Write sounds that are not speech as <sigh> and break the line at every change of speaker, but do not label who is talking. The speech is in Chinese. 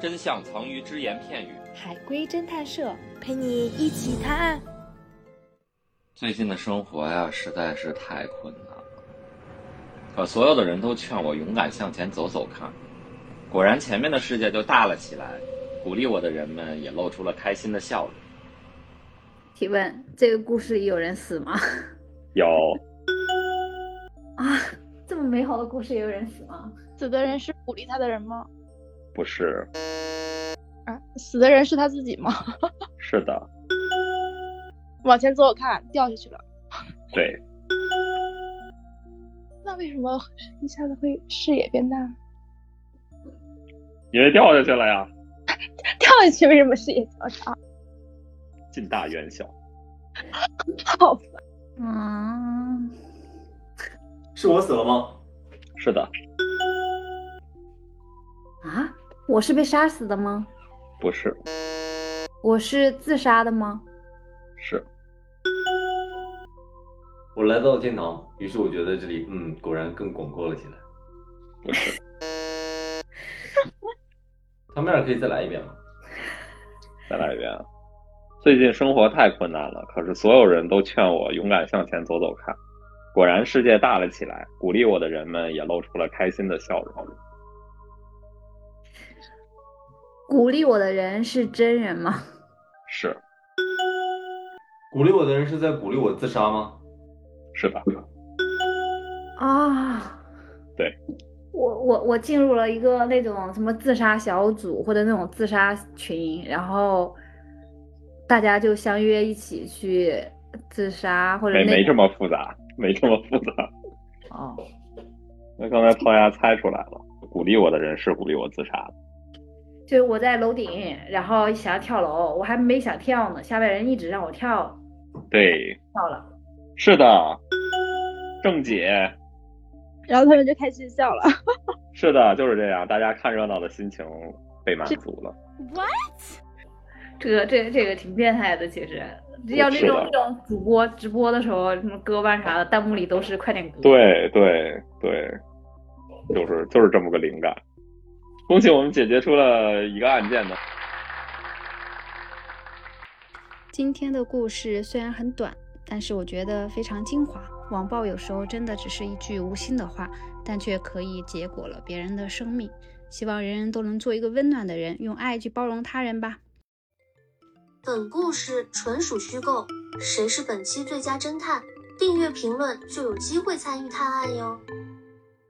真相藏于只言片语。
海龟侦探社陪你一起探案。
最近的生活呀，实在是太困难了。可所有的人都劝我勇敢向前走走看，果然前面的世界就大了起来。鼓励我的人们也露出了开心的笑容。
提问：这个故事里有人死吗？ <laughs>
有
啊，这么美好的故事也有人死吗？
死的人是鼓励他的人吗？
不是。
啊，死的人是他自己吗？ <laughs>
是的。
往前走，我看掉下去了。
对。
那为什么一下子会视野 <laughs> 变大？
因为掉下去了呀。
跳下去为什么视野较长？
近大远小。
<laughs> 好吧。
嗯，
是我死了吗？
是的。
啊，我是被杀死的吗？
不是。
我是自杀的吗？
是。
我来到了天堂，于是我觉得这里，嗯，果然更广阔了起来。 <laughs>
不是。
汤面可以再来一遍吗？
再来一遍。最近生活太困难了，可是所有人都劝我勇敢向前走走看。果然，世界大了起来，鼓励我的人们也露出了开心的笑容。
鼓励我的人是真人吗？
是。
鼓励我的人是在鼓励我自杀吗？
是的。
啊。
对。
我我我进入了一个那种什么自杀小组或者那种自杀群，然后大家就相约一起去自杀或者
哎没
那
没这么复杂，没这么复杂。
哦，
那刚才抛牙猜出来了，鼓励我的人是鼓励我自杀的。
就是我在楼顶，然后想要跳楼，我还没想跳呢，下面人一直让我跳，
对，
跳了。
是的，郑姐，
然后他们就开心笑了。
是的，就是这样，大家看热闹的心情被满足了。
这个这个这个挺变态的，其实要那
是
种
的
那种主播直播的时候，什么割腕啥的，弹幕里都是快点割。，
对对对，就是就是这么个灵感。恭喜我们解决出了一个案件呢。
今天的故事虽然很短，但是我觉得非常精华。网暴有时候真的只是一句无心的话，但却可以结果了别人的生命。希望人人都能做一个温暖的人，用爱去包容他人吧。
本故事纯属虚构，谁是本期最佳侦探？订阅评论就有机会参与探案哟。